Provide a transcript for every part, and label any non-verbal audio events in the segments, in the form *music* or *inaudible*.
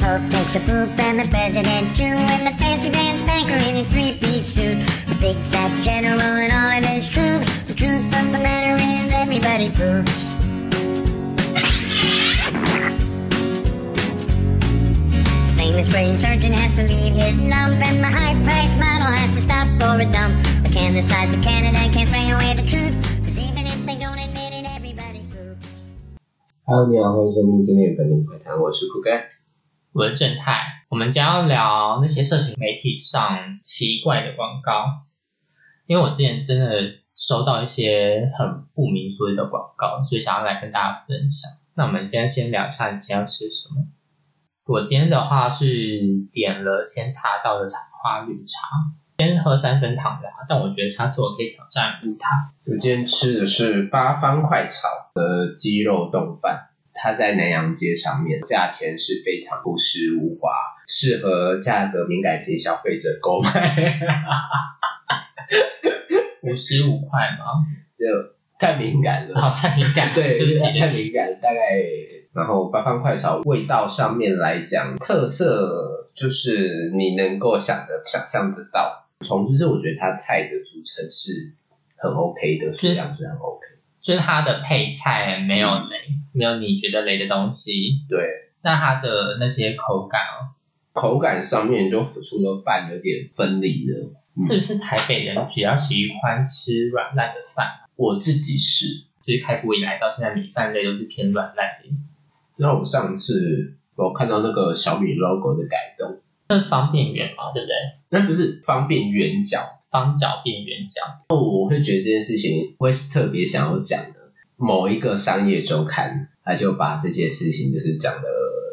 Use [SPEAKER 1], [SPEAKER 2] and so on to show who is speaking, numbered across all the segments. [SPEAKER 1] coat, takes a poop, and the president too, and the fancy pants banker in his three-piece suit, the big fat general and all of his troops. The truth of the matter is everybody poops. The famous brain surgeon has to leave his lump, and the high-priced model has to stop for a dump. But can the size of Canada can't spray away the truth? 'Cause even if they don't admit it, everybody poops.
[SPEAKER 2] Hello，你
[SPEAKER 3] 啊
[SPEAKER 2] 好，欢迎收听今天的本领快谈，我是酷盖。
[SPEAKER 3] 我是正太，我们将要聊那些社群媒体上奇怪的广告，因为我之前真的收到一些很不明所以的广告，所以想要来跟大家分享。那我们今天先聊一下你今天要吃什么。我今天的话是点了鲜茶道的茶花绿茶，先喝三分糖的啊，但我觉得下次我可以挑战无糖。
[SPEAKER 2] 我今天吃的是八方快炒的鸡肉冻饭，它在南洋街上面，价钱是非常朴实无华，适合价格敏感型消费者购买。 *laughs*
[SPEAKER 3] 五十五块吗？
[SPEAKER 2] 就太敏
[SPEAKER 3] *laughs*
[SPEAKER 2] 感了，
[SPEAKER 3] 好像敏感，
[SPEAKER 2] 对，
[SPEAKER 3] 对不起，
[SPEAKER 2] 太敏感了，大概。然后八方快炒味道上面来讲，特色就是你能够想的想象得到。总之是我觉得它菜的组成是很 OK 的，数量是很 OK 的。
[SPEAKER 3] 就是它的配菜没有
[SPEAKER 2] 嗯
[SPEAKER 3] 雷，没有你觉得雷的东西。
[SPEAKER 2] 对，
[SPEAKER 3] 那它的那些口感哦，
[SPEAKER 2] 口感上面就除了饭有点分离了。嗯
[SPEAKER 3] 是不是台北人比较喜欢吃软烂的饭？啊
[SPEAKER 2] 我自己是，
[SPEAKER 3] 就是开国以来到现在，米饭类都是偏软烂的。
[SPEAKER 2] 那我上次我看到那个小米 logo 的改动，
[SPEAKER 3] 这方便圆嘛，对不对？
[SPEAKER 2] 那不是方便圆角，
[SPEAKER 3] 方角变圆角，
[SPEAKER 2] 我会觉得这件事情会是特别想要讲的。某一个商业周刊，他就把这件事情就是讲的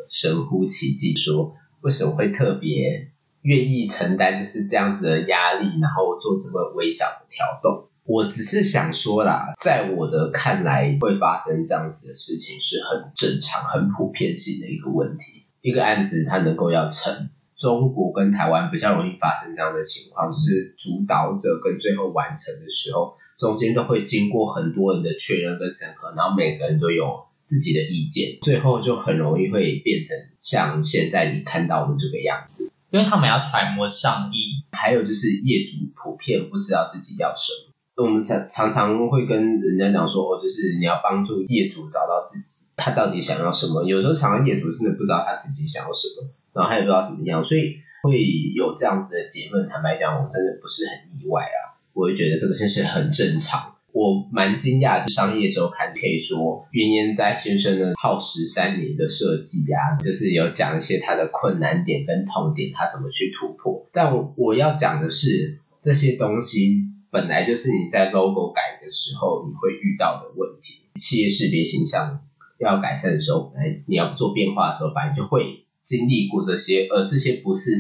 [SPEAKER 2] 神乎其技，说为什么会特别愿意承担就是这样子的压力，然后做这么微小的调动。我只是想说啦，在我的看来，会发生这样子的事情是很正常、很普遍性的一个问题。一个案子它能够要成，中国跟台湾比较容易发生这样的情况，就是主导者跟最后完成的时候，中间都会经过很多人的确认跟审核，然后每个人都有自己的意见，最后就很容易会变成像现在你看到的这个样子。
[SPEAKER 3] 因为他们要揣摩上意，
[SPEAKER 2] 还有就是业主普遍不知道自己要什么。我们常常常会跟人家讲说，哦，就是你要帮助业主找到自己，他到底想要什么。有时候常常业主真的不知道他自己想要什么，然后他也不知道怎么样，所以会有这样子的结论。坦白讲，我真的不是很意外啊，我会觉得这个事情很正常。我蛮惊讶，就商业周刊可以说袁彦哉先生呢耗时三年的设计啊，就是有讲一些他的困难点跟痛点，他怎么去突破。但我我要讲的是，这些东西本来就是你在 logo 改的时候你会遇到的问题。企业识别形象要改善的时候，本来你要做变化的时候，本来就会经历过这些，而这些不是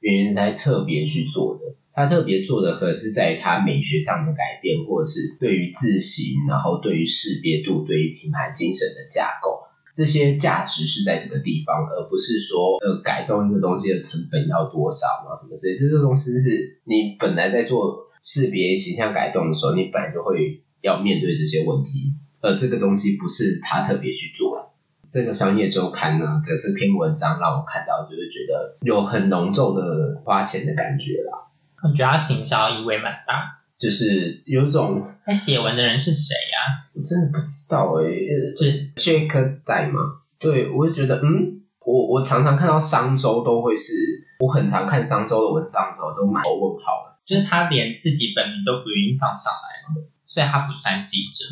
[SPEAKER 2] 袁元才特别去做的。他特别做的可能是在于他美学上的改变，或者是对于字形，然后对于识别度、对于品牌精神的架构，这些价值是在这个地方，而不是说呃改动一个东西的成本要多少啊什么之类。这些东西是你本来在做识别形象改动的时候，你本来就会要面对这些问题，而这个东西不是他特别去做的。这个商业周刊呢的这篇文章让我看到，就是觉得有很浓重的花钱的感觉啦，
[SPEAKER 3] 我觉得它行销意味蛮大。
[SPEAKER 2] 就是有一种
[SPEAKER 3] 那写文的人是谁啊呀、
[SPEAKER 2] 我真的不知道诶、欸，
[SPEAKER 3] 就是
[SPEAKER 2] Jack 在吗？对，我就觉得嗯，我我常常看到商周都会是，我很常看商周的文章的时候都蛮有问号的。
[SPEAKER 3] 就是他连自己本名都不愿意放上来嘛，所以他不算记者，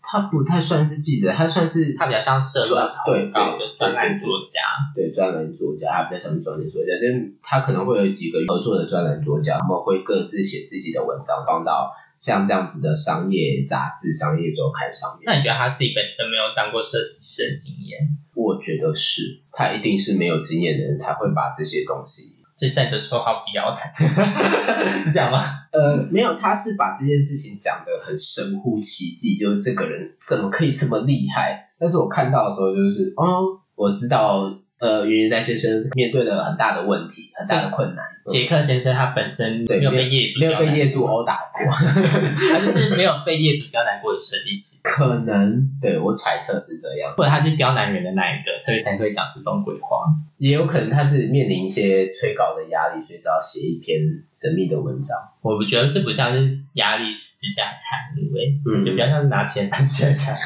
[SPEAKER 2] 他不太算是记者，他算是
[SPEAKER 3] 他比较像社论
[SPEAKER 2] 专对
[SPEAKER 3] 投稿的
[SPEAKER 2] 对
[SPEAKER 3] 专栏作家。
[SPEAKER 2] 对专栏作家，他比较像是专栏作家，就是他可能会有几个合作的专栏作家，他们会各自写自己的文章，放到像这样子的商业杂志、商业周刊上面。
[SPEAKER 3] 那你觉得他自己本身没有当过设计师的经验？
[SPEAKER 2] 我觉得是，他一定是没有经验的人才会把这些东西，
[SPEAKER 3] 就在这绰号不要的， *laughs* 是这样吗？
[SPEAKER 2] 呃，没有，他是把这件事情讲得很神乎其技，就是这个人怎么可以这么厉害？但是我看到的时候就是，哦，我知道呃，袁一代先生面对了很大的问题，很大的困难。嗯
[SPEAKER 3] 杰克先生他本身没
[SPEAKER 2] 对，
[SPEAKER 3] 有被业主
[SPEAKER 2] 没有被业
[SPEAKER 3] 主，
[SPEAKER 2] 主殴打过， *laughs*
[SPEAKER 3] 他就是没有被业主刁难过的设计师，
[SPEAKER 2] 可能对我揣测是这样，
[SPEAKER 3] 或者他是刁难人的那一个，所以才会讲出这种鬼话。
[SPEAKER 2] 也有可能他是面临一些催稿的压力，所以只要写一篇神秘的文章。
[SPEAKER 3] 我觉得这不像是压力之下产物，哎，
[SPEAKER 2] 嗯
[SPEAKER 3] 也比较像是拿钱当下产。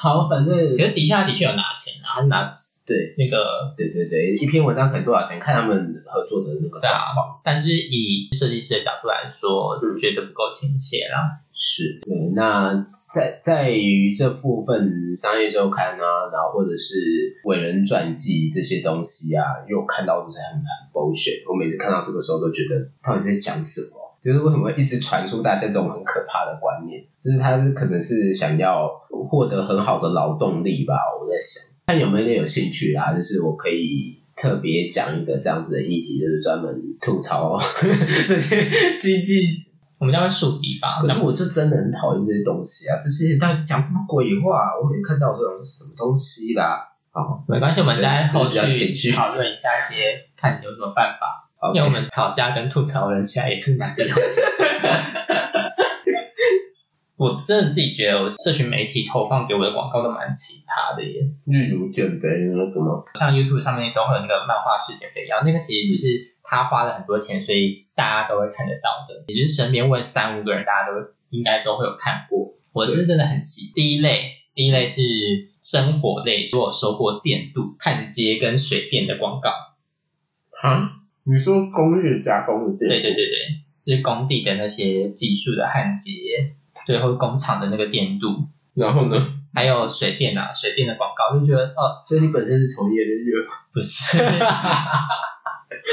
[SPEAKER 2] 好，反正
[SPEAKER 3] *laughs* 可是底下的确有拿钱啊，他拿
[SPEAKER 2] 对
[SPEAKER 3] 那个，
[SPEAKER 2] 对对对，一篇文章可能多少钱，看他们合作的那个
[SPEAKER 3] 对
[SPEAKER 2] 状
[SPEAKER 3] 啊
[SPEAKER 2] 况。
[SPEAKER 3] 但就是以设计师的角度来说，
[SPEAKER 2] 嗯
[SPEAKER 3] 觉得不够亲切啦。
[SPEAKER 2] 是对，那在在于这部分商业周刊啊，然后或者是伟人传记这些东西啊，因为我看到就是很很 bullshit，我每次看到这个时候都觉得到底在讲什么？就是为什么一直传输大家这种很可怕的观念？就是他可能是想要获得很好的劳动力吧，我在想，看有没有人有兴趣啊？就是我可以。特别讲一个这样子的议题，就是专门吐槽这些 *laughs* 经济
[SPEAKER 3] 我们家会树敌吧？
[SPEAKER 2] 可是我就真的很讨厌这些东西啊！这些人到底是讲什么鬼话、啊我每次看到这种什么东西啦，好，
[SPEAKER 3] 没关系，我们在
[SPEAKER 2] 这
[SPEAKER 3] 后
[SPEAKER 2] 这比较情
[SPEAKER 3] 续
[SPEAKER 2] 绪
[SPEAKER 3] 讨论一下一些，看有什么办法。
[SPEAKER 2] 好
[SPEAKER 3] 因为我们吵架跟吐槽人起来也是蛮必要的。 *laughs* 我真的自己觉得，我社群媒体投放给我的广告都蛮奇葩的耶。
[SPEAKER 2] 例如减肥那个吗？
[SPEAKER 3] 像 YouTube 上面都会有那个漫画式减肥药，那个其实就是他花了很多钱，所以大家都会看得到的。也就是身边问三五个人，大家都应该都会有看过。我这真的很奇。第一类，第一类是生活类，我有收过电镀、焊接跟水电的广告。
[SPEAKER 2] 啊？你说工业加工的
[SPEAKER 3] 对对对对，就是工地的那些技术的焊接，对，或工厂的那个电镀，
[SPEAKER 2] 然后呢？
[SPEAKER 3] 还有水电啊，水电的广告，就觉得哦，
[SPEAKER 2] 所以你本身是从业人员吗？
[SPEAKER 3] 不是，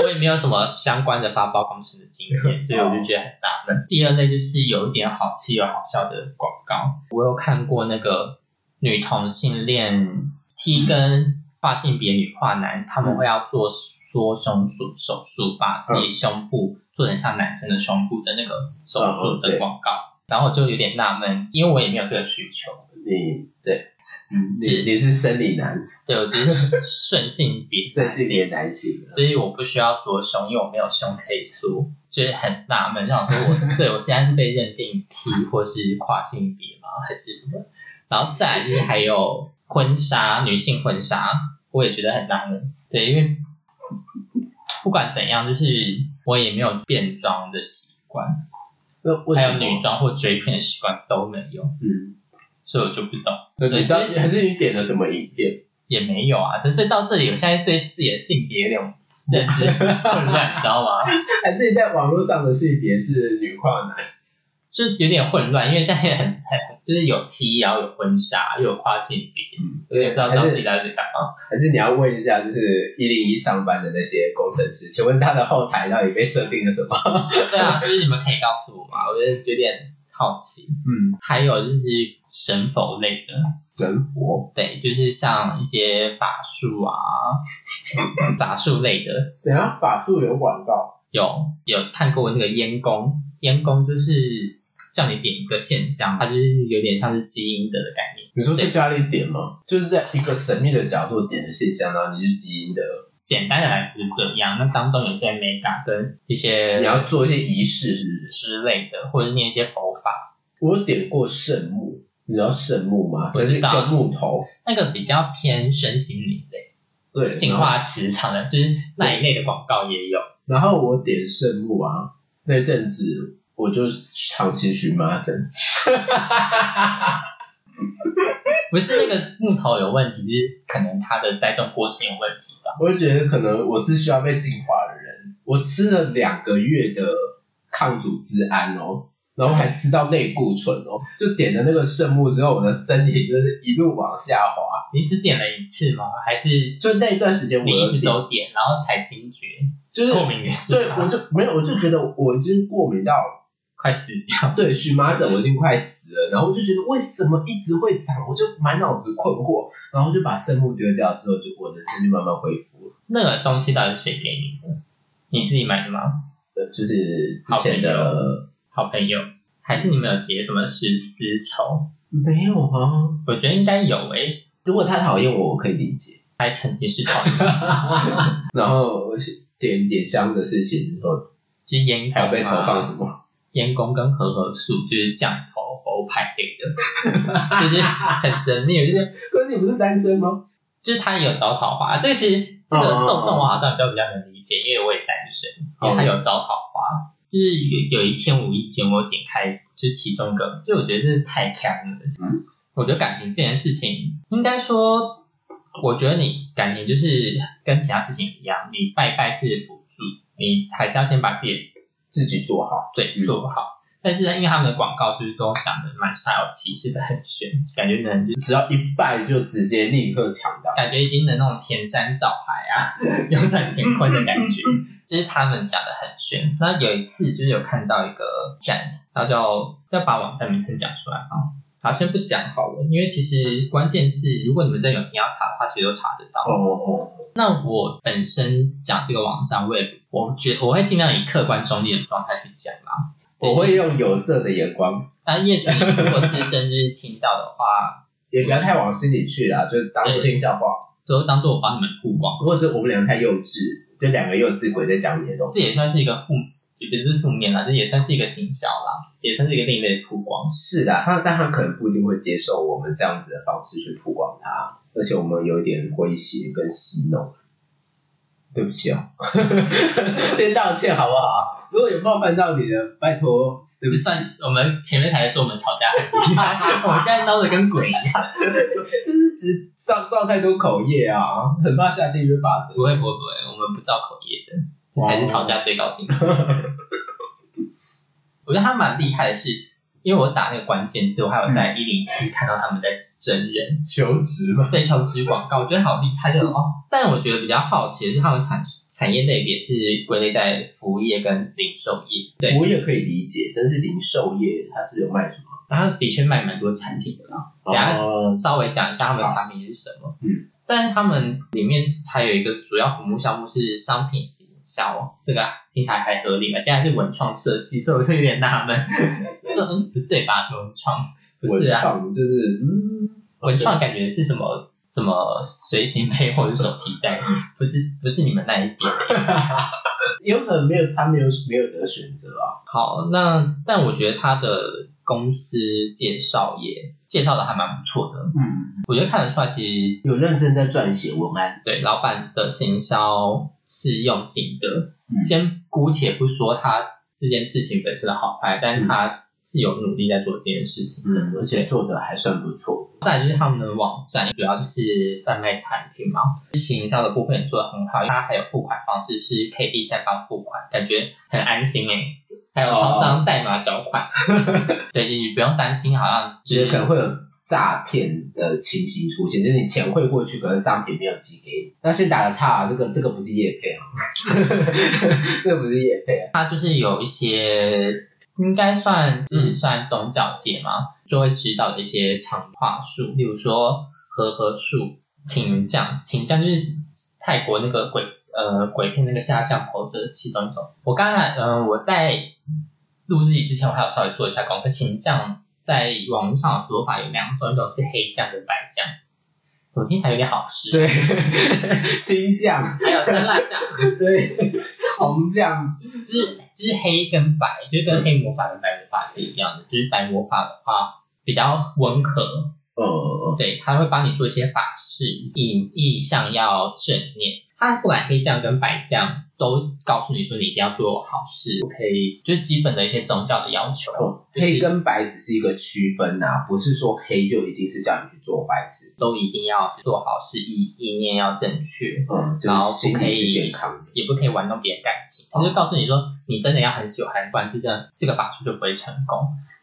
[SPEAKER 3] 我也没有什么相关的发包公司的经
[SPEAKER 2] *laughs*
[SPEAKER 3] 验，所以我就觉得很纳闷。第二类就是有一点好气又好笑的广告，我有看过那个女同性恋 T 跟跨性别女跨男，他们会要做缩胸术手术，把自己胸部做成像男生的胸部的那个手术的广告。然后我就有点纳闷，因为我也没有这个需求，
[SPEAKER 2] 你对，嗯，
[SPEAKER 3] 是
[SPEAKER 2] 你你是生理男，
[SPEAKER 3] 对我就是 *laughs* 顺性别
[SPEAKER 2] 生性别男性，
[SPEAKER 3] 所以我不需要缩胸，因为我没有胸可以缩，就是很纳闷，让我说我，所以我现在是被认定 T 或是跨性别吗，还是什么？然后再来就是还有婚纱，女性婚纱，我也觉得很纳闷，对，因为不管怎样，就是我也没有变装的习惯，
[SPEAKER 2] 那为
[SPEAKER 3] 还
[SPEAKER 2] 什
[SPEAKER 3] 有
[SPEAKER 2] 么？
[SPEAKER 3] 女装或追片的习惯都没有，
[SPEAKER 2] 嗯，
[SPEAKER 3] 所以我就不懂，
[SPEAKER 2] 那你知道
[SPEAKER 3] 对所以
[SPEAKER 2] 还是你点了什么影片？ *laughs*
[SPEAKER 3] 也没有啊。只是到这里，我现在对自己的性别有点认知混乱，你知道吗？
[SPEAKER 2] 还是你在网络上的性别是女跨男？
[SPEAKER 3] 就有点混乱，因为现在也很很就是有 T，然后有婚纱，又有跨性别，我也不知道知道
[SPEAKER 2] 还
[SPEAKER 3] 自
[SPEAKER 2] 是
[SPEAKER 3] 己在这里干嘛。
[SPEAKER 2] 还是你要问一下，就是一零一上班的那些工程师，请问他的后台到底被设定了什么？ *laughs*
[SPEAKER 3] 对啊，就是你们可以告诉我嘛，我觉得有点好奇。
[SPEAKER 2] 嗯，
[SPEAKER 3] 还有就是神佛类的，
[SPEAKER 2] 人佛，
[SPEAKER 3] 对，就是像一些法术啊，法术类的，
[SPEAKER 2] 等下法术有广告，
[SPEAKER 3] 有有看过那个烟公，烟公就是叫你点一个现象，它就是有点像是基因的的概念，
[SPEAKER 2] 你说在家里点吗？就是在一个神秘的角度点的现象，然后你是基因的，
[SPEAKER 3] 简单的来说是这样。那当中有些美感跟一些
[SPEAKER 2] 你要做一些仪式，是不是？
[SPEAKER 3] 之类的，或者念一些佛法，
[SPEAKER 2] 我有点过圣木，你知道圣木吗？
[SPEAKER 3] 我
[SPEAKER 2] 就是
[SPEAKER 3] 知
[SPEAKER 2] 一
[SPEAKER 3] 道
[SPEAKER 2] 个木头，
[SPEAKER 3] 那个比较偏身心灵类、
[SPEAKER 2] 对，
[SPEAKER 3] 净化磁场的，就是那一类的广告也有。
[SPEAKER 2] 然后。然后我点圣木啊，那阵子我就长期荨麻疹，
[SPEAKER 3] 不是那个木头有问题，就是可能它的栽种过程有问题吧。
[SPEAKER 2] 我就觉得可能我是需要被净化的人。我吃了两个月的抗组织胺哦，然后还吃到类固醇哦，就点了那个圣木之后，我的身体就是一路往下滑。
[SPEAKER 3] 你只点了一次吗？还是
[SPEAKER 2] 就那一段时间我
[SPEAKER 3] 你一
[SPEAKER 2] 有
[SPEAKER 3] 直
[SPEAKER 2] 点，
[SPEAKER 3] 都点，然后才惊觉
[SPEAKER 2] 就是
[SPEAKER 3] 过敏源是
[SPEAKER 2] 对，我
[SPEAKER 3] 它，
[SPEAKER 2] 就没有，我就觉得我已经过敏到
[SPEAKER 3] 快死掉。
[SPEAKER 2] 对荨麻疹，我已经快死了。然后我就觉得为什么一直会长，我就满脑子困惑，然后就把圣木丢掉之后，就我的身体慢慢恢复了。
[SPEAKER 3] 那个东西到底是谁给你的？你自己买的吗？
[SPEAKER 2] 对呃就是之前
[SPEAKER 3] 好朋
[SPEAKER 2] 的
[SPEAKER 3] 好朋友，还是你们有结什么私私仇？
[SPEAKER 2] 没有啊，
[SPEAKER 3] 我觉得应该有诶、
[SPEAKER 2] 如果他讨厌我，我可以理解。
[SPEAKER 3] 还肯定是讨
[SPEAKER 2] *laughs*
[SPEAKER 3] 厌，
[SPEAKER 2] 然后点点香的事情之后，
[SPEAKER 3] 就是烟
[SPEAKER 2] 还有被
[SPEAKER 3] 公
[SPEAKER 2] 投
[SPEAKER 3] 啊
[SPEAKER 2] 放、什么？ *laughs*
[SPEAKER 3] 烟公跟和合术，就是降头佛牌给的， *laughs* 就是很神秘，就是
[SPEAKER 2] 可是你不是单身吗？
[SPEAKER 3] 就是他也有找桃花，这个其实这个受众我好像比较比较能理解，因为我也单身，因为他有找桃花。就是有有一天无意间我点开，就是其中一个，就我觉得真是太强了。
[SPEAKER 2] 嗯，
[SPEAKER 3] 我觉得感情这件事情，应该说，我觉得你感情就是跟其他事情一样，你拜拜是辅助，你还是要先把自己的
[SPEAKER 2] 自己做好，
[SPEAKER 3] 对
[SPEAKER 2] 嗯
[SPEAKER 3] 做不好。但是因为他们的广告就是都讲的蛮煞有其事的，很玄，感觉能
[SPEAKER 2] 只要一拜就直接立刻抢到。
[SPEAKER 3] 感觉已经能那种田山找海啊， *laughs* 扭转乾坤的感觉。就是他们讲的很玄。那有一次就是有看到一个站，然后就要把网站名称讲出来啊。好，先不讲好了，因为其实关键字，如果你们真的有心要查的话，其实都查得到。
[SPEAKER 2] 哦哦，
[SPEAKER 3] 那我本身讲这个网站，我也我觉我会尽量以客观中立的状态去讲啦。对
[SPEAKER 2] 我会用有色的眼光，
[SPEAKER 3] 那业主如果自身就是听到的话，
[SPEAKER 2] 也不要太往心里去啦，就当不听笑话。
[SPEAKER 3] 就当做我帮你们曝光。
[SPEAKER 2] 或者是我们两个太幼稚，就两个幼稚鬼在讲你的东西。
[SPEAKER 3] 这也算是一个负，也不是负面啦，这也算是一个行销啦，也算是一个另类的曝光。
[SPEAKER 2] 是的，他但他可能不一定会接受我们这样子的方式去曝光他，而且我们有一点诙谐跟戏弄。对不起哦， *laughs* 先道歉好不好？如果有冒犯到你的，拜托，对不起
[SPEAKER 3] 算。是我们前面才说我们吵架很厉害，
[SPEAKER 2] *laughs*
[SPEAKER 3] 我们现在闹得跟鬼一样。
[SPEAKER 2] 就是只造造太多口业啊，很怕下地狱发生
[SPEAKER 3] 不。会不会不会，我们不造口业的，这才是吵架最高境界。
[SPEAKER 2] 哦
[SPEAKER 3] *laughs* 我觉得他蛮厉害的是，因为我打那个关键字，我还有在一零四看到他们在真人，
[SPEAKER 2] 嗯求职嘛，
[SPEAKER 3] 对求职广告，我觉得好厉害，就哦。但我觉得比较好奇的是，他们产产业类别是归类在服务业跟零售业，对，
[SPEAKER 2] 服务业可以理解，但是零售业它是有卖什么？
[SPEAKER 3] 他的确卖蛮多产品的啦。等下
[SPEAKER 2] 哦，
[SPEAKER 3] 稍微讲一下他们的产品是什么。
[SPEAKER 2] 嗯，
[SPEAKER 3] 但是他们里面还有一个主要服务项目是商品行销，这个听起来还合理，而且还是文创设计，所以我就有点纳闷， *laughs* 就嗯不对吧？是文创？不是
[SPEAKER 2] 文
[SPEAKER 3] 啊，
[SPEAKER 2] 创就是嗯，
[SPEAKER 3] 文创感觉是什么？什么随行杯或者手提袋？不是不是你们那一边。
[SPEAKER 2] 有可能没有他没有没有得选择啊。
[SPEAKER 3] 好，那但我觉得他的公司介绍也介绍的还蛮不错的，
[SPEAKER 2] 嗯，
[SPEAKER 3] 我觉得看得出来其实
[SPEAKER 2] 有认真在撰写文案，
[SPEAKER 3] 对，老板的行销是用心的。
[SPEAKER 2] 嗯
[SPEAKER 3] 先姑且不说他这件事情本身的好坏，但是他是有努力在做这件事情。
[SPEAKER 2] 嗯，而且做的还算不错。
[SPEAKER 3] 再来就是他们的网站，主要就是贩卖产品嘛，行销的部分也做得很好，因为它还有付款方式是可以第三方付款，感觉很安心诶、欸还
[SPEAKER 2] 哦
[SPEAKER 3] 有超商代码缴
[SPEAKER 2] *laughs*
[SPEAKER 3] 款，对你不用担心，好像就
[SPEAKER 2] 觉
[SPEAKER 3] 是
[SPEAKER 2] 得可能会有诈骗的情形出现，就是你钱汇过去，可能商品没有寄给你。那先打个岔、啊，这个这个不是叶配啊， *laughs* 这个不是叶配啊。
[SPEAKER 3] 它就是有一些应该算就是算宗教界嘛，就会指导的一些常话术，例如说和合术、请降，请降就是泰国那个鬼呃鬼片那个下降头的其中一种。我刚才嗯、呃我在录自己之前，我还有稍微做一下功课，请降在网络上的说法有两种，一种是黑酱跟白酱，怎么听起来有点好吃？，
[SPEAKER 2] 对， *laughs* 青酱，
[SPEAKER 3] 还有生辣酱。
[SPEAKER 2] 对，红酱，
[SPEAKER 3] 就是就是黑跟白，就跟黑魔法跟白魔法是一样的，就是白魔法的话比较温和，
[SPEAKER 2] 呃，
[SPEAKER 3] 对，它会帮你做一些法事，意意向要正念。它不管黑酱跟白酱都告诉你说你一定要做好事，不可以就是基本的一些宗教的要求，就是
[SPEAKER 2] 黑跟白哦只是一个区分呐、不是说黑就一定是叫你去做坏事，
[SPEAKER 3] 都一定要做好事，意意念要正确，
[SPEAKER 2] 嗯，就
[SPEAKER 3] 然
[SPEAKER 2] 是
[SPEAKER 3] 后不
[SPEAKER 2] 心
[SPEAKER 3] 可
[SPEAKER 2] 理
[SPEAKER 3] 以
[SPEAKER 2] 是健康的。
[SPEAKER 3] 也不可以玩弄别人感情。它
[SPEAKER 2] 哦
[SPEAKER 3] 就告诉你说，你真的要很喜欢，不然这个这个法术就不会成功。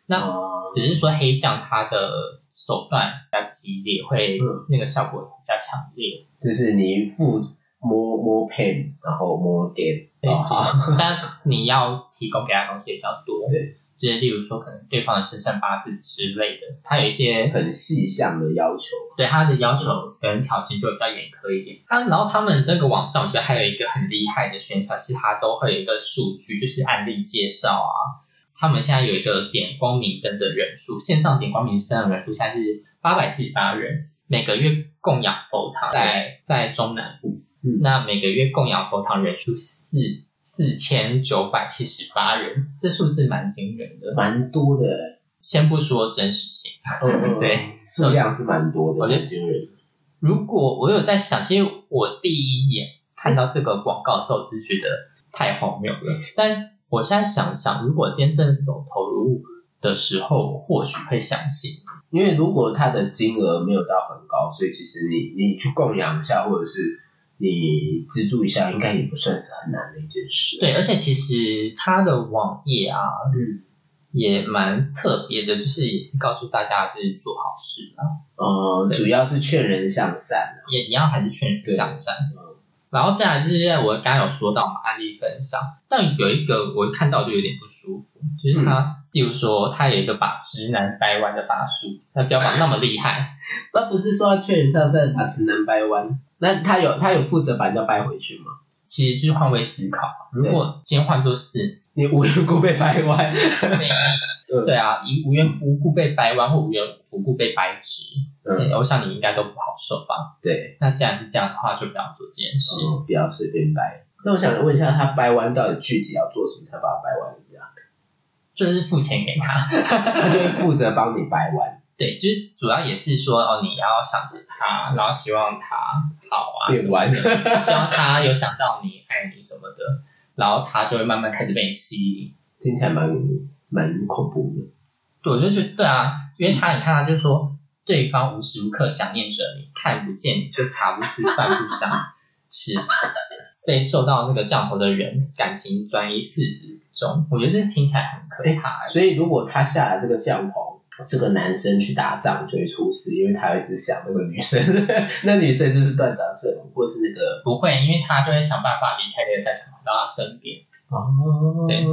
[SPEAKER 3] 那
[SPEAKER 2] 哦
[SPEAKER 3] 只是说黑酱它的手段比较激烈，会
[SPEAKER 2] 嗯哦
[SPEAKER 3] 那个效果比较强烈。
[SPEAKER 2] 就是你付 more more pain，然后哦 more gain，
[SPEAKER 3] 类似
[SPEAKER 2] 好，
[SPEAKER 3] 但你要提供给他的东西也比较多，
[SPEAKER 2] 对，
[SPEAKER 3] 就是例如说可能对方的生辰八字之类的，它有一些
[SPEAKER 2] 很细项的要求。
[SPEAKER 3] 对它的要求跟条件就会比较严苛一点。它然后他们那个网站，我觉得还有一个很厉害的宣传是，它都会有一个数据，就是案例介绍啊。他们现在有一个点光明灯的人数，线上点光明灯的人数现在是八百七十八人，每个月供养佛堂在在中南部，
[SPEAKER 2] 嗯
[SPEAKER 3] 那每个月供养佛堂人数四四千九百七十八人，这数字蛮惊人的。
[SPEAKER 2] 蛮多的，
[SPEAKER 3] 先不说真实性，
[SPEAKER 2] 嗯，
[SPEAKER 3] 对，
[SPEAKER 2] 数量是蛮多
[SPEAKER 3] 我
[SPEAKER 2] 的，
[SPEAKER 3] 觉得
[SPEAKER 2] 蛮惊人。
[SPEAKER 3] 如果我有在想，其实我第一眼看到这个广告的时候，我只是觉得太荒谬了。但我现在想想，如果今天真的走投入物的时候，我或许会相信。
[SPEAKER 2] 因为如果它的金额没有到很高，所以其实你你去供养一下，或者是你资助一下，应该也不算是很难的一件事。
[SPEAKER 3] 对，而且其实它的网页啊，
[SPEAKER 2] 嗯，
[SPEAKER 3] 也蛮特别的，就是也是告诉大家就是做好事啊，
[SPEAKER 2] 呃，
[SPEAKER 3] 对
[SPEAKER 2] 主要是劝人向善啊。
[SPEAKER 3] 也一样还是劝人向善。然后再来就是我刚刚有说到嘛，案例分享，但有一个我看到就有点不舒服，就是
[SPEAKER 2] 嗯
[SPEAKER 3] 他，例如说他有一个把直男掰弯的法术，他标榜那么厉害，
[SPEAKER 2] 那不是说要劝人向善，把直男掰弯？那他有他有负责把人家掰回去吗？
[SPEAKER 3] 其实就是换位思考。如果今天换作是
[SPEAKER 2] 你无缘无故被掰 *laughs* 弯，嗯
[SPEAKER 3] 对啊，以无缘无故被掰弯或无缘无故被掰直，
[SPEAKER 2] 嗯，
[SPEAKER 3] 我想你应该都不好受吧？
[SPEAKER 2] 对，
[SPEAKER 3] 那既然是这样的话，就不要做这件事。
[SPEAKER 2] 嗯，不要随便掰。那我想问一下，他掰弯到底具体要做什么才把他掰弯？这样，
[SPEAKER 3] 就是付钱给他，
[SPEAKER 2] 他就会负责帮你掰弯，
[SPEAKER 3] 对，就是主要也是说哦，你要想着他，然后希望他好啊，
[SPEAKER 2] 变弯。
[SPEAKER 3] 希望他有想到你、爱你什么的，然后他就会慢慢开始被你吸引。
[SPEAKER 2] 听起来蛮蛮恐怖的。
[SPEAKER 3] 对，我就觉得对啊，因为他你看他就说，对方无时无刻想念着你，看不见你就茶不思饭不想，是 *laughs* 被受到那个降头的人感情转移四十中，我觉得这听起来很可怕、
[SPEAKER 2] 所以如果他下了这个降头，这个男生去打仗就会出事，因为他会一直想那个女生， *laughs* 那女生就是断掌神或是那个
[SPEAKER 3] 不会，因为他就会想办法离开这个战场，回到他身边。
[SPEAKER 2] 哦
[SPEAKER 3] 对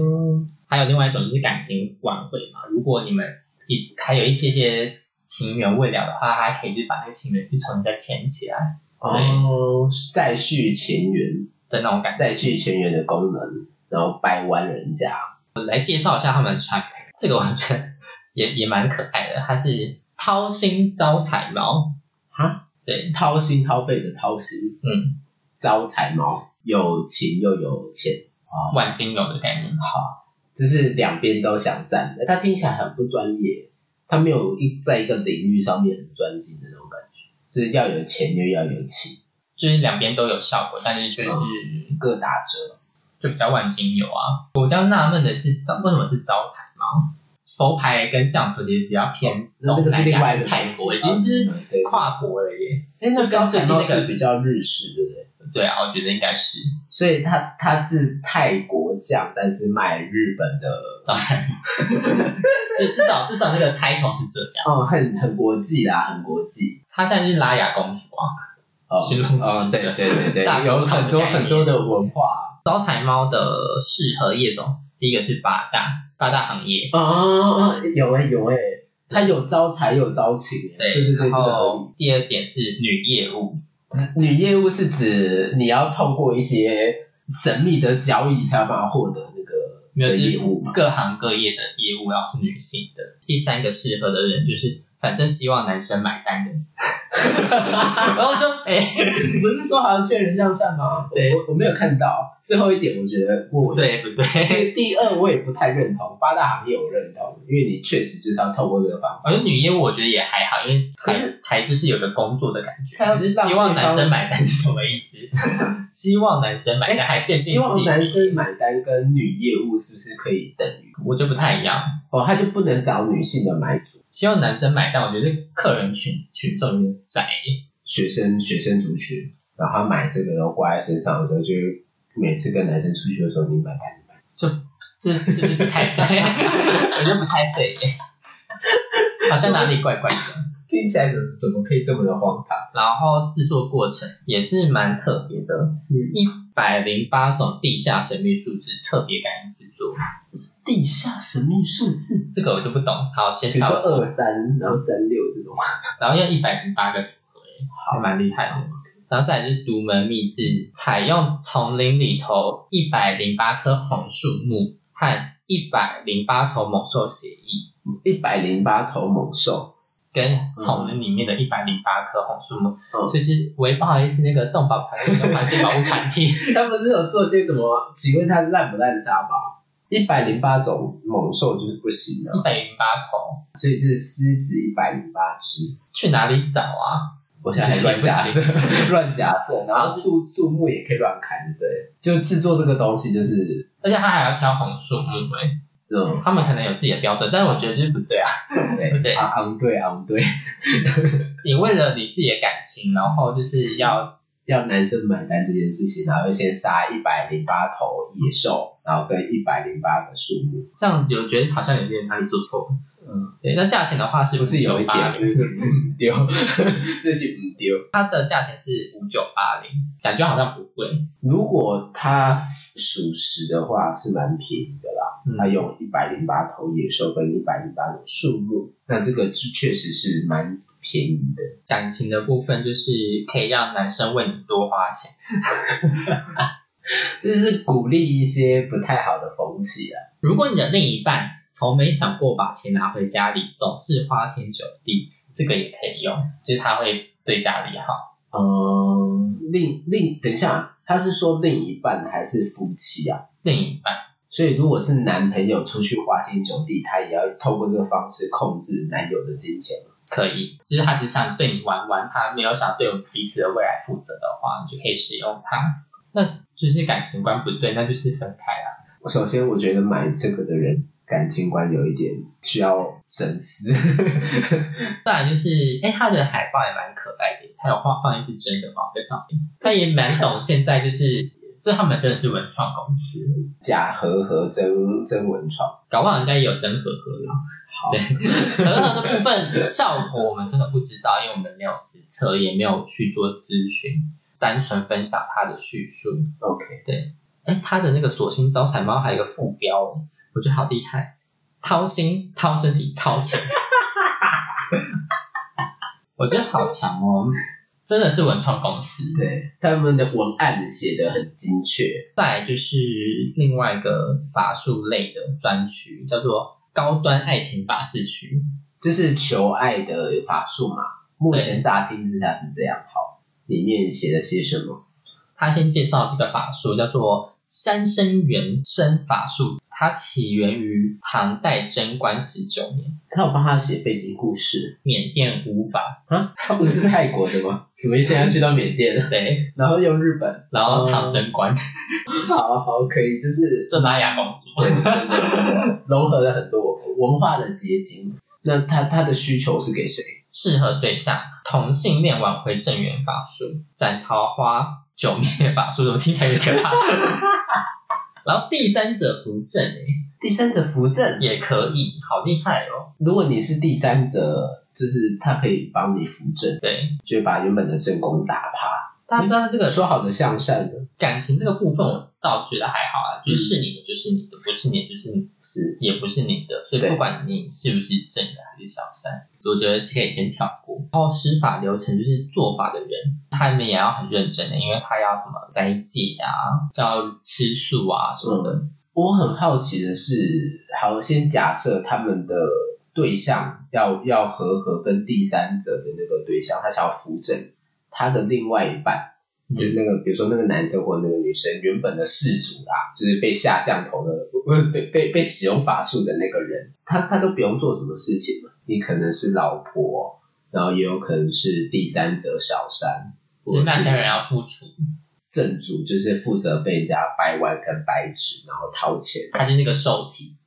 [SPEAKER 3] 还有另外一种就是感情挽回嘛。如果你们一还有一些些情缘未了的话，他可以就把那个情缘去重新再牵起来
[SPEAKER 2] 哦，再续前缘，
[SPEAKER 3] 的那种感觉。
[SPEAKER 2] 再续前缘的功能，然后掰弯人家。
[SPEAKER 3] 来介绍一下他们的产品，这个我觉得也也蛮可爱的。它是掏心招财猫，
[SPEAKER 2] 哈，
[SPEAKER 3] 对，
[SPEAKER 2] 掏心掏肺的掏心，
[SPEAKER 3] 嗯，
[SPEAKER 2] 招财猫，有情又有钱，哦
[SPEAKER 3] 万金油的概念。
[SPEAKER 2] 就是两边都想站的。他听起来很不专业，他没有一在一个领域上面很专精的那种感觉，就是要有钱又要有情，
[SPEAKER 3] 就是两边都有效果，但是就是
[SPEAKER 2] 各打折。
[SPEAKER 3] 就比较万金油啊。我比较纳闷的是，招为什么是招财猫？佛牌跟降头其实比较偏
[SPEAKER 2] 哦那那个是另外一个
[SPEAKER 3] 泰国，已经
[SPEAKER 2] 东西
[SPEAKER 3] 就是
[SPEAKER 2] 嗯对
[SPEAKER 3] 跨国了耶。
[SPEAKER 2] 哎，那
[SPEAKER 3] 就
[SPEAKER 2] 高
[SPEAKER 3] 跟
[SPEAKER 2] 彩
[SPEAKER 3] 最近
[SPEAKER 2] 猫
[SPEAKER 3] 那
[SPEAKER 2] 是
[SPEAKER 3] 个
[SPEAKER 2] 比较日式，对不对？
[SPEAKER 3] 对啊，我觉得应该是
[SPEAKER 2] 所以它它是泰国酱，但是卖日本的，
[SPEAKER 3] 早餐，至至少至少那个 title 是这样。
[SPEAKER 2] 哦，很很国际啦，很国际。
[SPEAKER 3] 她现在是拉雅公主啊，
[SPEAKER 2] 哦，
[SPEAKER 3] 形容词
[SPEAKER 2] 哦，对对对
[SPEAKER 3] 大
[SPEAKER 2] 对，有很
[SPEAKER 3] 工厂的
[SPEAKER 2] 多
[SPEAKER 3] 概念
[SPEAKER 2] 很多的文化。
[SPEAKER 3] 招财猫的适合业种，第一个是八大八大行业，
[SPEAKER 2] 哦哦，哦有哎、有哎、它有招财又有招情、欸，对对对，
[SPEAKER 3] 然
[SPEAKER 2] 这个合理。
[SPEAKER 3] 后第二点是女业务，
[SPEAKER 2] 女业务是指你要透过一些神秘的交易才有办法获得那个
[SPEAKER 3] 没有
[SPEAKER 2] 的
[SPEAKER 3] 就是
[SPEAKER 2] 业务嘛？
[SPEAKER 3] 各行各业的业务，然后啊是女性的。第三个适合的人就是反正希望男生买单的，
[SPEAKER 2] *laughs*
[SPEAKER 3] 然后就哎、
[SPEAKER 2] 不是说好像劝人向善吗？
[SPEAKER 3] 对
[SPEAKER 2] 我我我没有看到最后一点，我觉得我。
[SPEAKER 3] 对不
[SPEAKER 2] 因
[SPEAKER 3] 对？
[SPEAKER 2] 为第二，我也不太认同八大行业，我认同，因为你确实就是要透过这个方法，
[SPEAKER 3] 而女业务我觉得也还好，因为
[SPEAKER 2] 可
[SPEAKER 3] 台
[SPEAKER 2] 是
[SPEAKER 3] 台就是有个工作的感觉。
[SPEAKER 2] 他
[SPEAKER 3] 可是希望男生买单是什么意思？希望男生买单还限
[SPEAKER 2] 希
[SPEAKER 3] 定
[SPEAKER 2] 望
[SPEAKER 3] 性，
[SPEAKER 2] 男生买单跟女业务是不是可以等于？
[SPEAKER 3] 我就不太一样。
[SPEAKER 2] 哦，他就不能找女性的买主，
[SPEAKER 3] 希望男生买单，我觉得客人群群众有点窄耶。
[SPEAKER 2] 学生学生族群，然后他买这个然后挂在身上的时候，就会每次跟男生出去的时候，你买单。
[SPEAKER 3] 这这就不太对，啊我觉得不太对耶，好像哪里怪怪的。
[SPEAKER 2] 听起来怎么怎么可以这么的荒唐？
[SPEAKER 3] 然后制作过程也是蛮特别的，
[SPEAKER 2] 嗯，
[SPEAKER 3] 一百零八种地下神秘数字特别感应制作，
[SPEAKER 2] 地下神秘数字，
[SPEAKER 3] 这个我就不懂。好，先
[SPEAKER 2] 比如
[SPEAKER 3] 跳
[SPEAKER 2] 说
[SPEAKER 3] 过
[SPEAKER 2] 二三，然后三六这种。
[SPEAKER 3] 然后要一百零八个组合，哎，还蛮厉害的。然后再来就是独门秘制，采用丛林里头一百零八棵红树木和一百零八头猛兽血液，
[SPEAKER 2] 一百零八头猛兽，
[SPEAKER 3] 跟丛林里面的一百零八棵红树木，
[SPEAKER 2] 嗯
[SPEAKER 3] 哦所以就是喂，不好意思，那个动保团跟环境保护团
[SPEAKER 2] *laughs*
[SPEAKER 3] 体，
[SPEAKER 2] 他不是有做些什么？请问他滥不滥杀吧？一百零八种猛兽就是不行
[SPEAKER 3] 一
[SPEAKER 2] 了，
[SPEAKER 3] 百零八头，
[SPEAKER 2] 所以是狮子一百零八只。
[SPEAKER 3] 去哪里找啊？
[SPEAKER 2] 我现在还乱假设， *laughs* 乱假设，然后树树木也可以乱砍，对，就制作这个东西就是，
[SPEAKER 3] 而且他还要挑红树木哎，
[SPEAKER 2] 嗯，
[SPEAKER 3] 他们可能有自己的标准，但我觉得就是不对啊。
[SPEAKER 2] 对
[SPEAKER 3] 对
[SPEAKER 2] 昂昂对昂对，
[SPEAKER 3] 你为了你自己的感情，然后就是要
[SPEAKER 2] 要男生买单这件事情，然后要先杀一百零八头野兽，然后跟一百零八个树木，
[SPEAKER 3] 这样，有觉得好像有点哪里做错。
[SPEAKER 2] 嗯，
[SPEAKER 3] 对，那价钱的话是
[SPEAKER 2] 不是有一点，
[SPEAKER 3] 5980
[SPEAKER 2] 这是唔丢， *laughs* 这是唔丢。
[SPEAKER 3] 它的价钱是五九八零，感觉好像不贵。
[SPEAKER 2] 如果它属实的话，是蛮便宜的啦。
[SPEAKER 3] 嗯
[SPEAKER 2] 它有一百零八头野兽跟一百零八种树木，那这个是确实是蛮便宜的。
[SPEAKER 3] 感情的部分就是可以让男生为你多花钱。
[SPEAKER 2] 这是鼓励一些不太好的风气啊。
[SPEAKER 3] 如果你的另一半从没想过把钱拿回家里，总是花天酒地，这个也可以用，就是他会对家里好。
[SPEAKER 2] 嗯，另另，等一下，他是说另一半还是夫妻啊？
[SPEAKER 3] 另一半
[SPEAKER 2] 所以，如果是男朋友出去花天酒地，他也要透过这个方式控制男友的金钱。
[SPEAKER 3] 可以，就是他只想对你玩玩，他没有想对我们彼此的未来负责的话，你就可以使用它。那就是感情观不对，那就是分开啊。
[SPEAKER 2] 首先，我觉得买这个的人感情观有一点需要深思。
[SPEAKER 3] 再来就是，哎、它的海报也蛮可爱的，它有画放一只真的猫在上面，它也蛮懂现在就是，所以他们真的是文创公司。
[SPEAKER 2] *laughs* 假和和真真文创，
[SPEAKER 3] 搞不好人家也有真和和啦。
[SPEAKER 2] 好
[SPEAKER 3] 对，和和的部分效果我们真的不知道，因为我们没有实测，也没有去做咨询，单纯分享它的叙述。
[SPEAKER 2] OK，
[SPEAKER 3] 哎，它的那个锁心招财猫还有一个副标哦，我觉得好厉害，掏心、掏身体、掏钱， *laughs* 我觉得好强哦，真的是文创公司。
[SPEAKER 2] 对，他们的文案写的很精确，
[SPEAKER 3] 再来就是另外一个法术类的专区，叫做高端爱情法式区。
[SPEAKER 2] 就是求爱的法术嘛。目前乍听之下是这样，好，里面写了些什么？
[SPEAKER 3] 他先介绍这个法术叫做三生元生法术，它起源于唐代贞观十九年，
[SPEAKER 2] 他有帮他写背景故事
[SPEAKER 3] 缅甸无法
[SPEAKER 2] 啊？他不是泰国的 *laughs* 吗？怎么一下要去到缅甸了？ *laughs*
[SPEAKER 3] 对，
[SPEAKER 2] 然后又日本？
[SPEAKER 3] 然后唐贞观
[SPEAKER 2] 哦好好可以，就是 *laughs*
[SPEAKER 3] 就拉雅公主。
[SPEAKER 2] 对真的真的融合了很多文化的结晶。那他他的需求是给谁？
[SPEAKER 3] 适合对象，同性恋挽回正缘法术，斩桃花九灭法术，怎么听起来有点
[SPEAKER 2] *laughs*
[SPEAKER 3] 可怕？然后第三者扶正、欸、
[SPEAKER 2] 第三者扶正
[SPEAKER 3] 也可以，好厉害哦！
[SPEAKER 2] 如果你是第三者，就是他可以帮你扶正，
[SPEAKER 3] 对，
[SPEAKER 2] 就把原本的正宫打趴。
[SPEAKER 3] 大家知道这个
[SPEAKER 2] 说好的向善的，
[SPEAKER 3] 感情这个部分，我倒觉得还好啊，就是是你的就是你的，不是你的就是你的
[SPEAKER 2] 嗯是
[SPEAKER 3] 也不是你的，所以
[SPEAKER 2] 对
[SPEAKER 3] 不管你是不是正的还是小三，我觉得是可以先跳过。然后施法流程就是做法的人，他们也要很认真的，因为他要什么斋戒啊，要吃素啊什么的。
[SPEAKER 2] 我很好奇的是，好，先假设他们的对象要要和和跟第三者的那个对象，他想要扶正他的另外一半，
[SPEAKER 3] 嗯
[SPEAKER 2] 就是那个比如说那个男生或者那个女生原本的事主啦，就是被下降头的， *laughs* 不是被被被使用法术的那个人，他他都不用做什么事情嘛，你可能是老婆，然后也有可能是第三者小三，
[SPEAKER 3] 就
[SPEAKER 2] 或
[SPEAKER 3] 是
[SPEAKER 2] 者
[SPEAKER 3] 那
[SPEAKER 2] 是
[SPEAKER 3] 些人要付出，
[SPEAKER 2] 正主，就是负责被人家掰弯跟掰直，然后掏钱。
[SPEAKER 3] 他就是那个受体，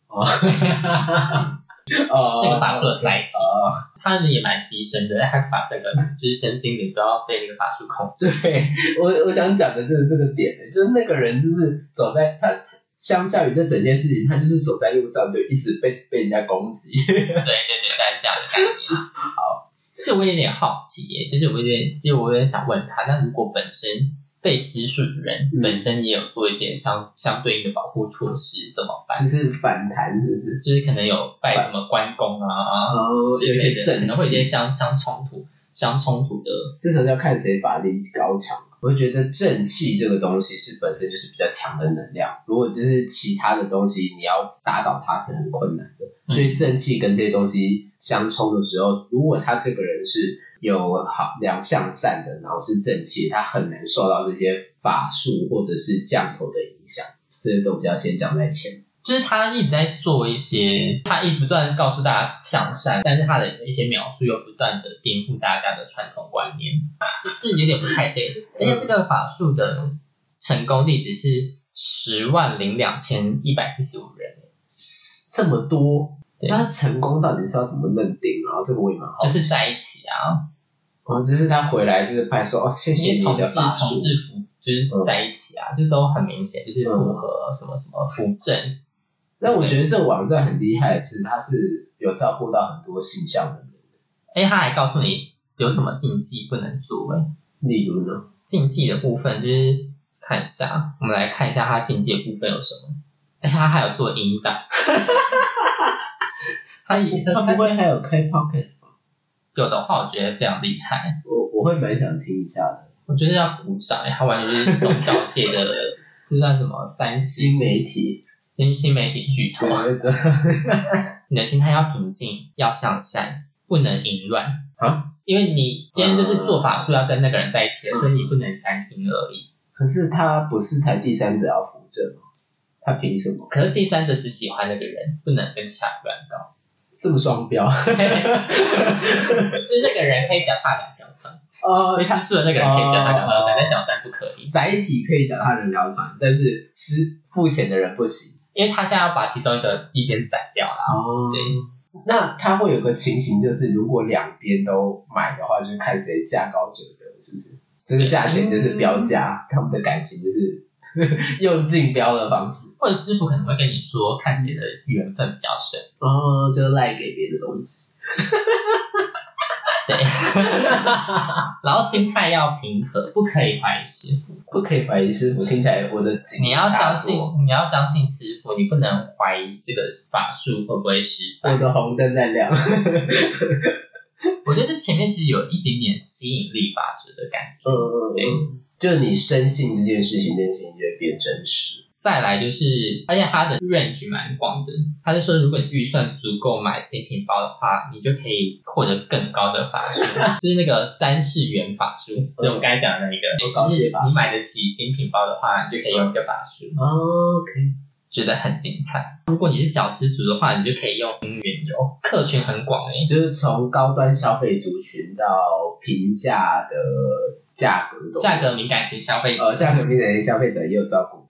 [SPEAKER 2] 哦，
[SPEAKER 3] 那个法术的载体，
[SPEAKER 2] 哦，
[SPEAKER 3] 他们也蛮牺牲的，他把整个就是身心灵都要被那个法术控制。
[SPEAKER 2] 对我我想讲的就是这个点，就是那个人就是走在他，相较于这整件事情，他就是走在路上就一直被被人家攻击。 *laughs*
[SPEAKER 3] *laughs* 对对对，大概是这样的概念。 *laughs* 好，这我有点好奇耶，就是我有点，就是我有点想问他，那如果本身被施术的人、
[SPEAKER 2] 嗯
[SPEAKER 3] 本身也有做一些相相对应的保护措施，怎么办？
[SPEAKER 2] 就是反弹，是不是？
[SPEAKER 3] 就是可能有拜什么关公啊，
[SPEAKER 2] 哦
[SPEAKER 3] 之
[SPEAKER 2] 有一
[SPEAKER 3] 类
[SPEAKER 2] 些
[SPEAKER 3] 的，可
[SPEAKER 2] 正
[SPEAKER 3] 能会有一些
[SPEAKER 2] 气，
[SPEAKER 3] 相相冲突、相冲突的。
[SPEAKER 2] 这时候就要看谁法力高强。我觉得正气这个东西是本身就是比较强的能量，如果
[SPEAKER 3] 嗯
[SPEAKER 2] 就是其他的东西，你要打倒它是很困难的。所以正气跟这些东西相冲的时候，如果他这个人是有好良向善的，然后是正气，他很难受到这些法术或者是降头的影响。这些东西要先讲在前。
[SPEAKER 3] 就是他一直在做一些，他一不断告诉大家向善，但是他的一些描述又不断的颠覆大家的传统观念，就是有点不太对。而且这个法术的成功例子是十万零两千一百四十五人，
[SPEAKER 2] 这么多，
[SPEAKER 3] 对
[SPEAKER 2] 那成功到底是要怎么认定啊？这个我也蛮好奇。
[SPEAKER 3] 就是在一起啊，
[SPEAKER 2] 哦，就是他回来就是拍说哦，谢
[SPEAKER 3] 因
[SPEAKER 2] 谢
[SPEAKER 3] 为
[SPEAKER 2] 你
[SPEAKER 3] 统
[SPEAKER 2] 的
[SPEAKER 3] 治
[SPEAKER 2] 法
[SPEAKER 3] 统
[SPEAKER 2] 术。
[SPEAKER 3] 治符就是在一起啊，这都很明显，就是符合什么什么符正，
[SPEAKER 2] 那我觉得这个网站很厉害的是，它是有照顾到很多形象的人，
[SPEAKER 3] 哎，他还告诉你有什么禁忌不能做、哎，
[SPEAKER 2] 例如呢，
[SPEAKER 3] 禁忌的部分就是看一下，我们来看一下它禁忌的部分有什么。哎，它还有做音 *laughs* 档，它也
[SPEAKER 2] 他
[SPEAKER 3] 它
[SPEAKER 2] 不
[SPEAKER 3] 是
[SPEAKER 2] 会还有开 podcast 吗？
[SPEAKER 3] 有的话，我觉得非常厉害。
[SPEAKER 2] 我我会蛮想听一下的。
[SPEAKER 3] 我觉得要鼓掌，哎它完全就是宗教界的，这算什么三
[SPEAKER 2] 新
[SPEAKER 3] 星
[SPEAKER 2] 媒体，
[SPEAKER 3] 新新媒体巨头
[SPEAKER 2] 对，？ *laughs* 这
[SPEAKER 3] 你的心态要平静，要向善，不能淫乱
[SPEAKER 2] 啊！
[SPEAKER 3] 因为你今天就是做法术要跟那个人在一起了，所以你不能三心二意。
[SPEAKER 2] 可是他不是才第三者要扶正吗？他凭什么？
[SPEAKER 3] 可是第三者只喜欢那个人，不能跟其他人乱搞。
[SPEAKER 2] 是不是双 *laughs* 标？
[SPEAKER 3] *laughs* 就是那个人可以脚踏两条船，
[SPEAKER 2] 哦
[SPEAKER 3] 会吃素的那个人可以脚踏两条船，但小三不可以，
[SPEAKER 2] 载体可以脚踏人聊船，但是吃付钱的人不行。
[SPEAKER 3] 因为他现在要把其中一个一边斩掉啦。
[SPEAKER 2] 哦
[SPEAKER 3] 对，
[SPEAKER 2] 那他会有个情形，就是如果两边都买的话，就看谁价高者得，是不是？这个价钱就是标价，他们的感情就是 *laughs* 用竞标的方式，
[SPEAKER 3] 或者师傅可能会跟你说，看谁的缘分比较深。
[SPEAKER 2] 哦，就赖给别的东西。
[SPEAKER 3] 对，然后心态要平和，不可以怀疑师傅。
[SPEAKER 2] 不可以怀疑师傅，听起来我的警
[SPEAKER 3] 你要
[SPEAKER 2] 察
[SPEAKER 3] 相
[SPEAKER 2] 说
[SPEAKER 3] 信，你要相信师傅，你不能怀疑这个法术会不会失败
[SPEAKER 2] 我。的红灯在
[SPEAKER 3] *laughs*
[SPEAKER 2] 亮。嗯
[SPEAKER 3] 我觉得这前面其实有一点点吸引力法则的感觉。对
[SPEAKER 2] 嗯，就你深信这件事情，这件事情就会变真实。
[SPEAKER 3] 再来就是，而且它的 range 蛮广的，他就说，如果你预算足够买精品包的话，你就可以获得更高的法术，就是那个三世元法术，就是我们刚才讲的那
[SPEAKER 2] 我
[SPEAKER 3] 个，
[SPEAKER 2] 搞
[SPEAKER 3] 就
[SPEAKER 2] 这
[SPEAKER 3] 是
[SPEAKER 2] 把术
[SPEAKER 3] 你买得起精品包的话，你就可以用这个法术，
[SPEAKER 2] 哦 OK，
[SPEAKER 3] 觉得很精彩。如果你是小资族的话，你就可以用云原油，客群很广诶、
[SPEAKER 2] 就是从高端消费族群到平价的价格都有，
[SPEAKER 3] 价格敏感型消费，
[SPEAKER 2] 呃价格敏感的消费者也有照顾。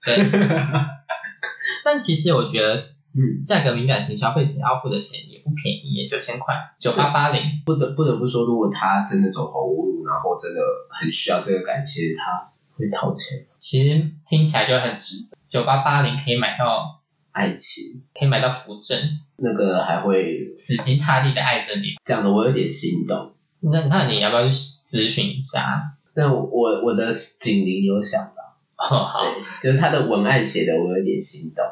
[SPEAKER 3] 但其实我觉得
[SPEAKER 2] 嗯，
[SPEAKER 3] 价格敏感型消费者要付的钱也不便宜耶，九千块，九八八零。
[SPEAKER 2] 不得不得不说，如果他真的走投无路，然后真的很需要这个感情，他会掏钱。
[SPEAKER 3] 其实听起来就很值得。九八八零可以买到，
[SPEAKER 2] 爱情
[SPEAKER 3] 可以买到扶正，
[SPEAKER 2] 那个还会
[SPEAKER 3] 死心塌地的爱着你。
[SPEAKER 2] 讲的我有点心动，
[SPEAKER 3] 那那你要不要去咨询一下？ *laughs*
[SPEAKER 2] 但我我我的警铃有响了，
[SPEAKER 3] 哦，好，
[SPEAKER 2] 对，就是他的文案写的我有点心动，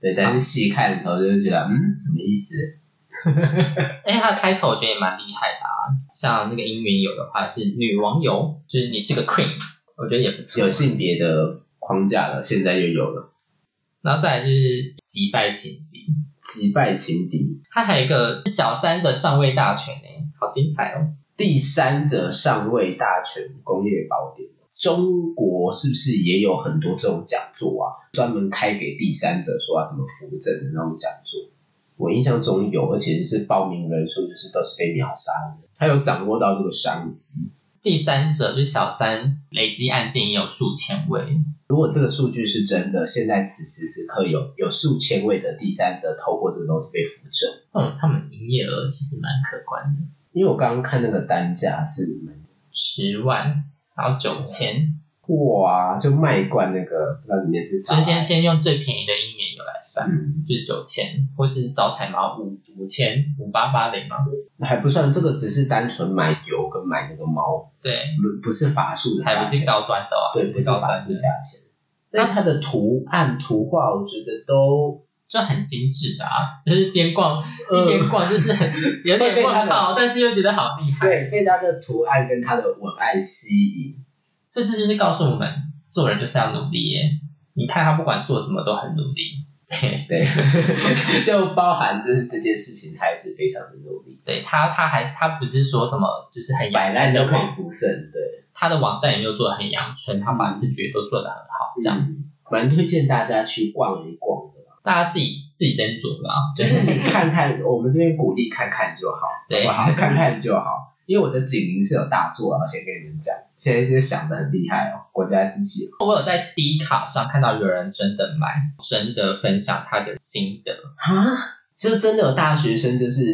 [SPEAKER 2] 对，但是细看的时候就会觉得嗯什么意思？
[SPEAKER 3] 哎，它的开头我觉得也蛮厉害的啊。像那个姻缘油的话是女王油，就是你是个 queen，我觉得也不错。
[SPEAKER 2] 有性别的框架了，现在又有了
[SPEAKER 3] 然后再来就是击败情敌，
[SPEAKER 2] 击败情敌，
[SPEAKER 3] 它还有一个小三的上位大全哎、好精彩哦。
[SPEAKER 2] 第三者上位大全攻略宝典。中国是不是也有很多这种讲座啊？专门开给第三者说啊，怎么扶正的那种讲座？我印象中有，而且是报名人数就是都是被秒杀的。他有掌握到这个商机。
[SPEAKER 3] 第三者就是小三，累积案件也有数千位，
[SPEAKER 2] 如果这个数据是真的，现在此时此刻有有数千位的第三者透过这个东西被扶正。
[SPEAKER 3] 嗯，他们营业额其实蛮可观的。
[SPEAKER 2] 因为我刚刚看那个单价是
[SPEAKER 3] 十万，然后九千，
[SPEAKER 2] 哇，就卖惯那个，不知道里面是啥。
[SPEAKER 3] 所以先先用最便宜的一年油来算，
[SPEAKER 2] 嗯，
[SPEAKER 3] 就是九千，或是招财猫五五千五八八零嘛。
[SPEAKER 2] 还不算，这个只是单纯买油跟买那个猫，
[SPEAKER 3] 对，
[SPEAKER 2] 不不是法术的
[SPEAKER 3] 还
[SPEAKER 2] 价
[SPEAKER 3] 不是
[SPEAKER 2] 钱，
[SPEAKER 3] 高端的哦，
[SPEAKER 2] 对，
[SPEAKER 3] 不
[SPEAKER 2] 不
[SPEAKER 3] 是
[SPEAKER 2] 是
[SPEAKER 3] 高端
[SPEAKER 2] 法术
[SPEAKER 3] 的，
[SPEAKER 2] 价钱。那它的图案图画，我觉得都
[SPEAKER 3] 就很精致的啊，就是边逛、一边逛，就是
[SPEAKER 2] *laughs*
[SPEAKER 3] 很有
[SPEAKER 2] 嗯会
[SPEAKER 3] 点
[SPEAKER 2] 被它
[SPEAKER 3] 逛
[SPEAKER 2] 的
[SPEAKER 3] 到，但是又觉得好厉害。
[SPEAKER 2] 对被它的图案跟它的文案吸引。
[SPEAKER 3] 所以这就是告诉我们，做人就是要努力耶。你看他不管做什么都很努力，对
[SPEAKER 2] 对， *laughs* 就包含就是这件事情，他也是非常的努力，
[SPEAKER 3] 对他，他还他不是说什么，就是很
[SPEAKER 2] 摆
[SPEAKER 3] 养
[SPEAKER 2] 烂
[SPEAKER 3] 生的
[SPEAKER 2] 都可以
[SPEAKER 3] 网，
[SPEAKER 2] 扶正，对，
[SPEAKER 3] 他的网站也没有做的很养生，他
[SPEAKER 2] 嗯
[SPEAKER 3] 把视觉都做的很好，这样子，
[SPEAKER 2] 蛮推荐大家去逛一逛的啦，
[SPEAKER 3] 大家自己自己斟酌啦。
[SPEAKER 2] *laughs* 就是你看看，我们这边鼓励看看就好，
[SPEAKER 3] 对
[SPEAKER 2] 好不好？看看就好，因为我的警铃是有大作啊，先跟你们讲，现在就是想的很厉害哦，国家机器
[SPEAKER 3] 我有在 D 卡上看到有人真的买，真的分享他的心得，
[SPEAKER 2] 啊，就真的有大学生就是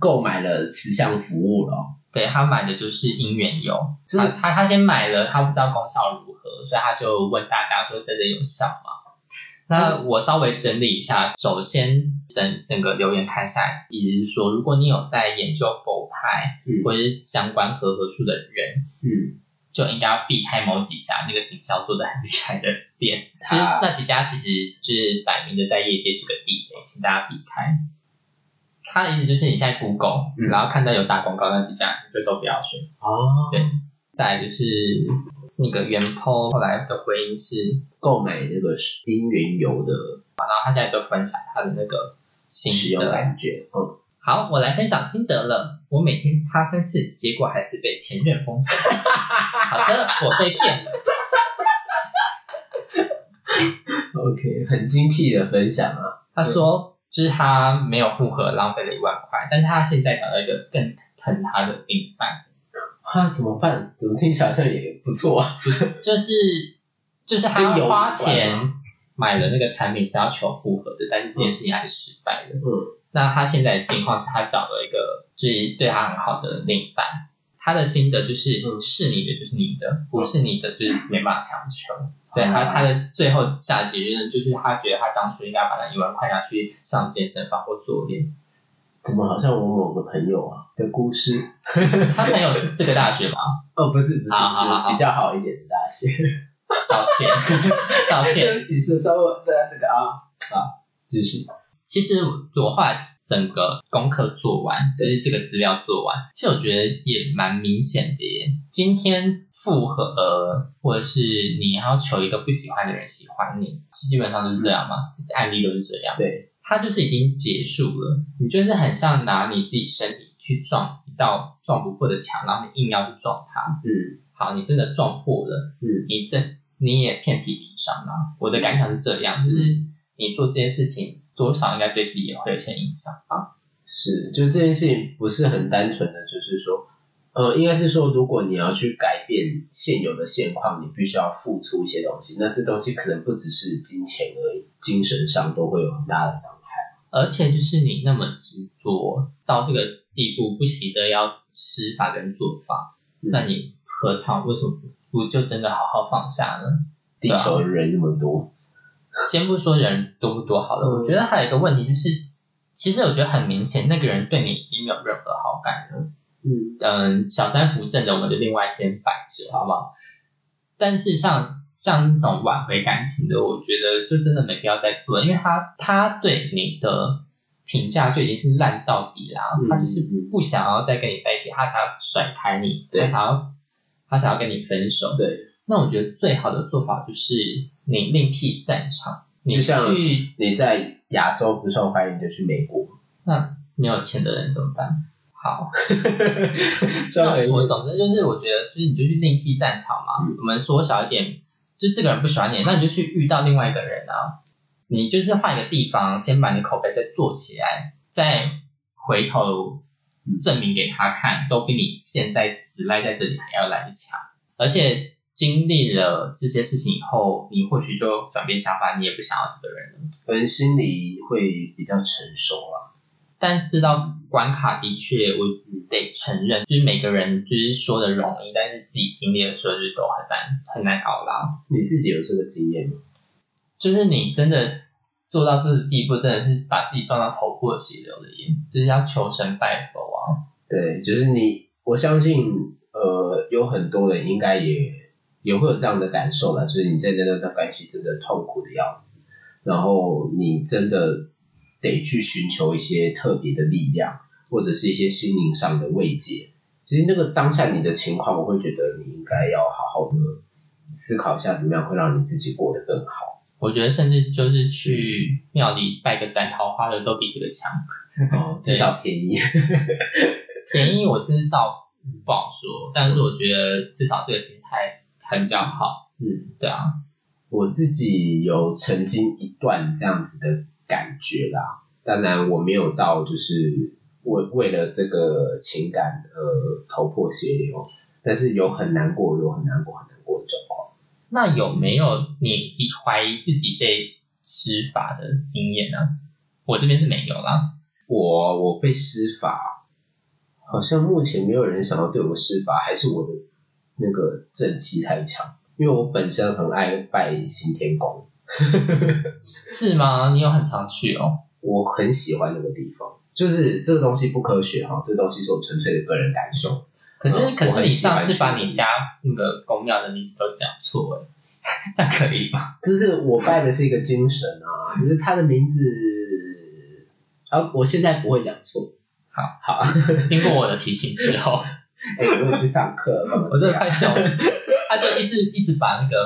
[SPEAKER 2] 购买了慈善服务了哦、
[SPEAKER 3] 对他买的就是姻缘油，
[SPEAKER 2] 就是
[SPEAKER 3] 他他他先买了，他不知道功效如何，所以他就问大家说真的有效吗？那我稍微整理一下，首先整整个留言看下来，也就是说，如果你有在研究佛牌
[SPEAKER 2] 嗯
[SPEAKER 3] 或者是相关合合术的人，
[SPEAKER 2] 嗯，
[SPEAKER 3] 就应该要避开某几家那个行销做的很厉害的店，
[SPEAKER 2] *laughs*
[SPEAKER 3] 就是
[SPEAKER 2] 啊
[SPEAKER 3] 那几家其实就是摆明的在业界是个地雷，请大家避开。他的意思就是你现在 Google，、
[SPEAKER 2] 嗯
[SPEAKER 3] 然后看到有打广告那几家，你就都不要选。
[SPEAKER 2] 哦
[SPEAKER 3] 对再来就是那个原 po 后来的回应是，
[SPEAKER 2] 购买那个姻缘油的
[SPEAKER 3] 然后他现在就分享他的那个
[SPEAKER 2] 使
[SPEAKER 3] 心
[SPEAKER 2] 用
[SPEAKER 3] 得。
[SPEAKER 2] 感觉，嗯，
[SPEAKER 3] 好，我来分享心得了。我每天擦三次，结果还是被前任封
[SPEAKER 2] *laughs*
[SPEAKER 3] 锁。好的，我被骗了。
[SPEAKER 2] OK，很精辟的分享啊。
[SPEAKER 3] 他说，就是他没有复合，浪费了一万块，但是他现在找到一个更疼他的另一半，
[SPEAKER 2] 啊，怎么办？怎么听起来好像也不错啊？
[SPEAKER 3] 就是就是他
[SPEAKER 2] 跟有
[SPEAKER 3] 花
[SPEAKER 2] 有关啊
[SPEAKER 3] 钱买了那个产品是要求复合的，但是这件事情还是失败的。
[SPEAKER 2] 嗯，
[SPEAKER 3] 那他现在的境况是他找了一个就是对他很好的另一半，他的心得就是、
[SPEAKER 2] 嗯
[SPEAKER 3] 是你的就是你的，不是你的就是没办法强求。所以他、
[SPEAKER 2] 啊
[SPEAKER 3] 他的最后下结论就是他觉得他当初应该把那一万块拿去上健身房或做脸。
[SPEAKER 2] 怎么好像我某个朋友啊的故事？
[SPEAKER 3] 他朋友是这个大学吗？
[SPEAKER 2] 哦，不是不是不
[SPEAKER 3] 啊啊啊
[SPEAKER 2] 是，
[SPEAKER 3] 啊
[SPEAKER 2] 比较好一点的大学。
[SPEAKER 3] 道歉， *laughs* 道
[SPEAKER 2] 对
[SPEAKER 3] 歉
[SPEAKER 2] 不。起，是稍微这这个啊啊，就是
[SPEAKER 3] 其实我后来整个功课做完，就是这个资料做完，其实我觉得也蛮明显的耶。今天复合，呃或者是你要求一个不喜欢的人喜欢你，基本上都是这样嘛，案例都是这样。
[SPEAKER 2] 对，
[SPEAKER 3] 它就是已经结束了，你就是很像拿你自己身体去撞一道撞不破的墙，然后你硬要去撞它。
[SPEAKER 2] 嗯
[SPEAKER 3] 好，你真的撞破了，
[SPEAKER 2] 嗯
[SPEAKER 3] 你这你也遍体鳞伤啊。我的感想是这样，就是
[SPEAKER 2] 嗯
[SPEAKER 3] 你做这件事情，多少应该对自己也会有一些影响吧。
[SPEAKER 2] 是，就这件事情不是很单纯的，就是说。呃，应该是说，如果你要去改变现有的现况，你必须要付出一些东西。那这东西可能不只是金钱而已，精神上都会有很大的伤害。
[SPEAKER 3] 而且就是你那么执着到这个地步，不惜得要吃法跟做法，
[SPEAKER 2] 嗯
[SPEAKER 3] 那你何尝为什么不就真的好好放下呢？
[SPEAKER 2] 地球人那么多，
[SPEAKER 3] 先不说人多不多好了，
[SPEAKER 2] 嗯
[SPEAKER 3] 我觉得还有一个问题就是，其实我觉得很明显，那个人对你已经没有任何好感了。
[SPEAKER 2] 嗯，
[SPEAKER 3] 嗯，小三扶正的，我们就另外先摆着，好不好？但是像像这种挽回感情的，我觉得就真的没必要再做了，因为他他对你的评价就已经是烂到底啦，
[SPEAKER 2] 嗯
[SPEAKER 3] 他就是不想要再跟你在一起，他才要甩开你，
[SPEAKER 2] 对
[SPEAKER 3] 他才要他才要跟你分手。
[SPEAKER 2] 对，
[SPEAKER 3] 那我觉得最好的做法就是你另辟战场，你
[SPEAKER 2] 就像
[SPEAKER 3] 去
[SPEAKER 2] 你在亚洲不受欢迎，你就去美国。
[SPEAKER 3] 那没有钱的人怎么办？好，
[SPEAKER 2] 稍微
[SPEAKER 3] 那我总之就是，我觉得就是你就去另辟战场嘛。
[SPEAKER 2] 嗯
[SPEAKER 3] 我们缩小一点，就这个人不喜欢你，那你就去遇到另外一个人啊。你就是换一个地方，先把你口碑再做起来，再回头证明给他看，都比你现在死赖在这里还要来得强。而且经历了这些事情以后，你或许就转变想法，你也不想要这个人了。
[SPEAKER 2] 可能心里会比较成熟啊。
[SPEAKER 3] 但知道关卡的确，我得承认，就是每个人就是说的容易，但是自己经历的时候就是都很难很难熬啦。
[SPEAKER 2] 你自己有这个经验吗？
[SPEAKER 3] 就是你真的做到这个地步，真的是把自己撞到头破血流的耶，就是要求神拜佛啊。
[SPEAKER 2] 对，就是你，我相信，呃，有很多人应该也也会有这样的感受啦，就是你在那段关系真的痛苦的要死，然后你真的得去寻求一些特别的力量，或者是一些心灵上的慰藉。其实那个当下你的情况，我会觉得你应该要好好的思考一下，怎么样会让你自己过得更好。
[SPEAKER 3] 我觉得甚至就是去庙里拜个斩桃花的都比这个强。
[SPEAKER 2] 哦，至少便宜。
[SPEAKER 3] 便宜我知道不好说，但是我觉得至少这个心态很比较好。
[SPEAKER 2] 嗯，
[SPEAKER 3] 对啊，
[SPEAKER 2] 我自己有曾经一段这样子的感觉啦，当然我没有到就是为为了这个情感呃头破血流，但是有很难过，有很难过，很难过的状况。
[SPEAKER 3] 那有没有你怀疑自己被施法的经验呢、我这边是没有啦。
[SPEAKER 2] 我我被施法，好像目前没有人想要对我施法，还是我的那个正气太强，因为我本身很爱拜行天宫，
[SPEAKER 3] 是吗？你有很常去哦。
[SPEAKER 2] 我很喜欢那个地方。就是这个东西不科学哈，这个东西是我纯粹的个人感受。
[SPEAKER 3] 可是、
[SPEAKER 2] 嗯
[SPEAKER 3] 可
[SPEAKER 2] 我
[SPEAKER 3] 是
[SPEAKER 2] 很
[SPEAKER 3] 你
[SPEAKER 2] 喜
[SPEAKER 3] 上
[SPEAKER 2] 欢
[SPEAKER 3] 次把
[SPEAKER 2] 去
[SPEAKER 3] 你家那个公庙的名字都讲错哎、这样可以吗？ *laughs*
[SPEAKER 2] 就是我拜的是一个精神啊，就是他的名字，啊，我现在不会讲错。
[SPEAKER 3] 好，
[SPEAKER 2] 好， *laughs*
[SPEAKER 3] 经过我的提醒之后，
[SPEAKER 2] 哎、我有去上课，干嘛
[SPEAKER 3] *laughs* 我真
[SPEAKER 2] 这
[SPEAKER 3] 的
[SPEAKER 2] 样
[SPEAKER 3] 快笑死。他就一直一直把那个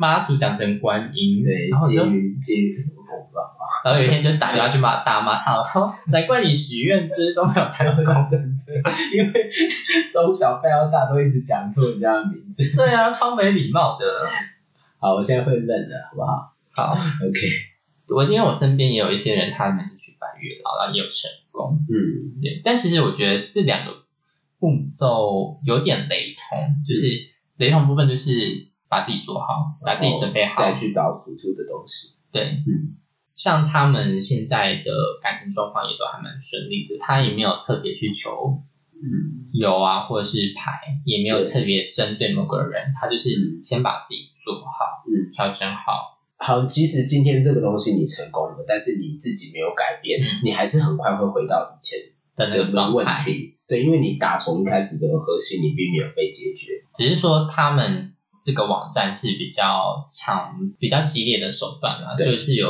[SPEAKER 3] 妈祖讲成观音，
[SPEAKER 2] 对
[SPEAKER 3] 然后我就
[SPEAKER 2] 结于结于我不知道，
[SPEAKER 3] 然后有一天就打电话去骂大骂他，我说难怪你许愿就是都没有成功。 *laughs*
[SPEAKER 2] 真的，因为从小拜到大都一直讲错人家的名字。
[SPEAKER 3] 对啊，超没礼貌的。
[SPEAKER 2] 好，我现在会认了，好不好
[SPEAKER 3] 好，
[SPEAKER 2] ？OK，
[SPEAKER 3] 我因为我身边也有一些人，他们是去拜月老，然后也有成功。
[SPEAKER 2] 嗯，
[SPEAKER 3] 对，但其实我觉得这两个步骤有点雷同，就是
[SPEAKER 2] 嗯
[SPEAKER 3] 雷同部分就是把自己做好，把
[SPEAKER 2] 哦
[SPEAKER 3] 自己准备好，
[SPEAKER 2] 再去找辅助的东西。
[SPEAKER 3] 对，
[SPEAKER 2] 嗯，
[SPEAKER 3] 像他们现在的感情状况也都还蛮顺利的，他也没有特别去求
[SPEAKER 2] 嗯，
[SPEAKER 3] 油啊，或者是牌，也没有
[SPEAKER 2] 对
[SPEAKER 3] 特别针对某个人，他就是
[SPEAKER 2] 嗯
[SPEAKER 3] 先把自己做好，
[SPEAKER 2] 嗯，
[SPEAKER 3] 调整好，
[SPEAKER 2] 好，即使今天这个东西你成功了，但是你自己没有改变，
[SPEAKER 3] 嗯
[SPEAKER 2] 你还是很快会回到以前
[SPEAKER 3] 的那
[SPEAKER 2] 的
[SPEAKER 3] 个状
[SPEAKER 2] 问
[SPEAKER 3] 态，
[SPEAKER 2] 题。对，因为你打从一开始的核心，你并没有被解决。
[SPEAKER 3] 只是说他们这个网站是比较强、比较激烈的手段啊，
[SPEAKER 2] 对
[SPEAKER 3] 就是有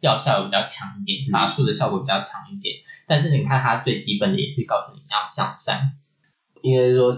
[SPEAKER 3] 药效有比较强一点，
[SPEAKER 2] 嗯
[SPEAKER 3] 法术的效果比较强一点，但是你看它最基本的也是告诉你要向善，
[SPEAKER 2] 应该说，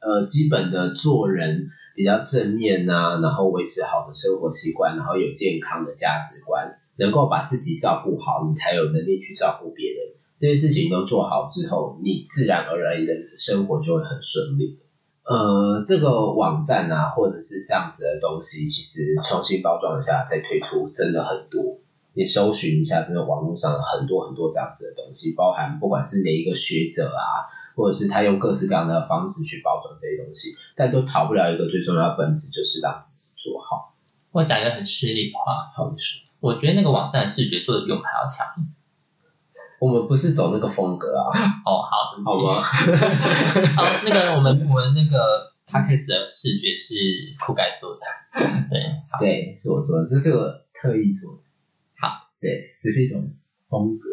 [SPEAKER 2] 呃，基本的做人比较正面呐、然后维持好的生活习惯，然后有健康的价值观，能够把自己照顾好，你才有能力去照顾别人。这些事情都做好之后，你自然而然你的生活就会很顺利。呃，这个网站啊，或者是这样子的东西，其实重新包装一下再推出，真的很多。你搜寻一下，真的网络上很多很多这样子的东西，包含不管是哪一个学者啊，或者是他用各式各样的方式去包装这些东西，但都逃不了一个最重要的本质，就是让自己做好。
[SPEAKER 3] 我讲一个很失礼的话，
[SPEAKER 2] 好，你说，
[SPEAKER 3] 我觉得那个网站的视觉做的比我们还要强。
[SPEAKER 2] 我们不是走那个风格啊，
[SPEAKER 3] 哦，好，对不
[SPEAKER 2] 好
[SPEAKER 3] 起。
[SPEAKER 2] 吗？
[SPEAKER 3] *laughs* 哦，那个我们我们那个 podcast 的视觉是酷盖做的， *laughs* 对，好，
[SPEAKER 2] 对，是我做的，这是我特意做的。
[SPEAKER 3] 好，
[SPEAKER 2] 对，这是一种风格。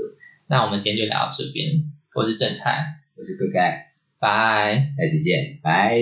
[SPEAKER 3] 那我们今天就聊到这边，我是正太，
[SPEAKER 2] 我是哥盖，
[SPEAKER 3] 拜。
[SPEAKER 2] 下期见，拜。